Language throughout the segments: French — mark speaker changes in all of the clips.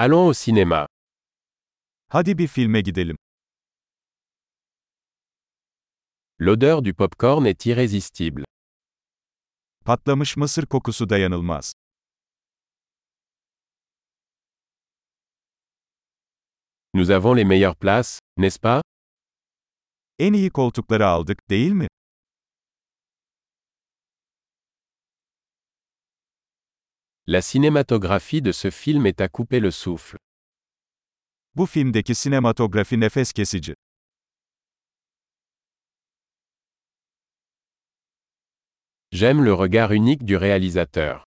Speaker 1: Allons au cinéma.
Speaker 2: Hadi bir filme gidelim.
Speaker 1: L'odeur du popcorn est irrésistible.
Speaker 2: Patlamış mısır kokusu dayanılmaz.
Speaker 1: Nous avons les meilleures places, n'est-ce pas
Speaker 2: En iyi koltukları aldık, değil mi?
Speaker 1: La cinématographie de ce film est à couper le souffle.
Speaker 2: Bu filmdeki sinematografi nefes kesici.
Speaker 1: J'aime le regard unique du réalisateur.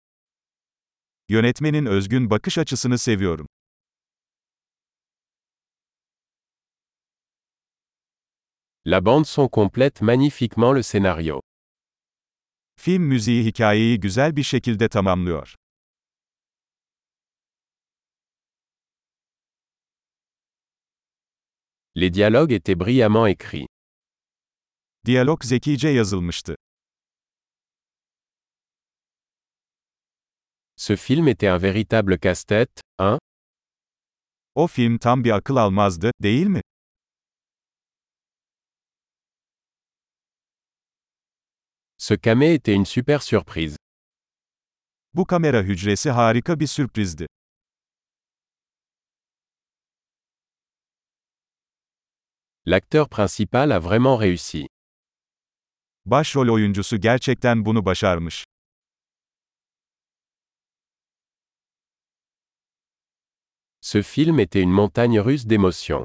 Speaker 2: Yönetmenin özgün bakış açısını seviyorum.
Speaker 1: La bande son complète magnifiquement le scénario.
Speaker 2: Film müziği hikayeyi güzel bir şekilde tamamlıyor.
Speaker 1: Les dialogues étaient brillamment écrits.
Speaker 2: Diyalog zekice yazılmıştı.
Speaker 1: Ce film était un véritable casse-tête, hein
Speaker 2: O film tam bir akıl almazdı, değil mi?
Speaker 1: Ce camé était une super surprise.
Speaker 2: Bu kamera hücresi harika bir sürprizdi.
Speaker 1: L'acteur principal a vraiment réussi.
Speaker 2: Başrol oyuncusu gerçekten bunu başarmış.
Speaker 1: Ce film était une montagne russe d'émotions.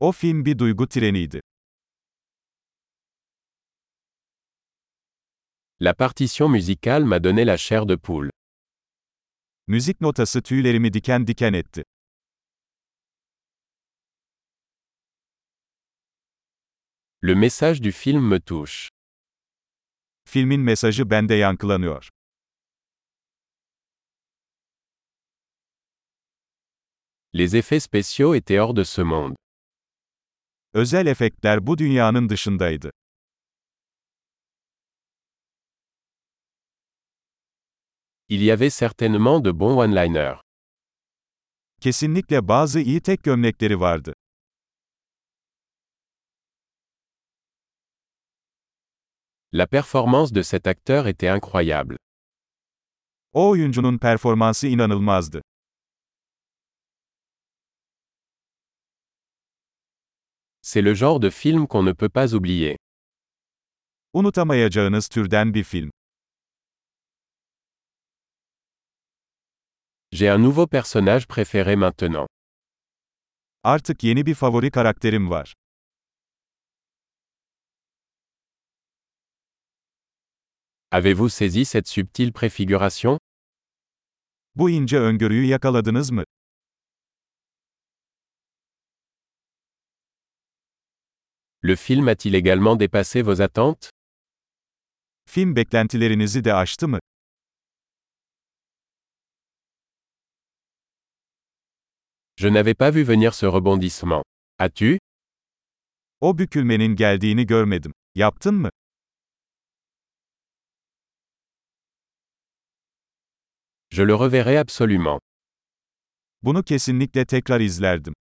Speaker 2: O film bir duygu treniydi.
Speaker 1: La partition musicale m'a donné la chair de poule.
Speaker 2: Müzik notası tüylerimi diken diken etti.
Speaker 1: Le message du film me touche.
Speaker 2: Filmin mesajı bende yankılanıyor.
Speaker 1: Les effets spéciaux étaient hors de ce monde.
Speaker 2: Özel efektler bu dünyanın dışındaydı.
Speaker 1: Il y avait certainement de bons one-liners.
Speaker 2: Kesinlikle bazı iyi tek gömlekleri vardı.
Speaker 1: La performance de cet acteur était incroyable.
Speaker 2: O oyuncunun performansı inanılmazdı.
Speaker 1: C'est le genre de film qu'on ne peut pas oublier.
Speaker 2: Unutamayacağınız türden bir film.
Speaker 1: J'ai un nouveau personnage préféré maintenant.
Speaker 2: Artık yeni bir favori karakterim var.
Speaker 1: Avez-vous saisi cette subtile préfiguration
Speaker 2: Bu ince öngörüyü yakaladınız mı?
Speaker 1: Le film a-t-il également dépassé vos attentes
Speaker 2: Film beklentilerinizi de aştı mı?
Speaker 1: Je n'avais pas vu venir ce rebondissement. As-tu
Speaker 2: O bükülmenin geldiğini görmedim. Yaptın mı?
Speaker 1: Je le reverrai absolument.
Speaker 2: Bunu kesinlikle tekrar izlerdim.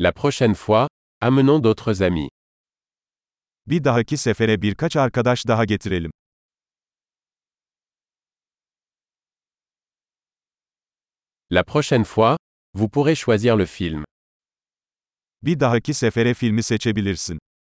Speaker 1: La prochaine fois, amenons d'autres amis.
Speaker 2: Bir dahaki sefere birkaç arkadaş daha getirelim.
Speaker 1: La prochaine fois, vous pourrez choisir le film.
Speaker 2: Bir dahaki sefere filmi seçebilirsin.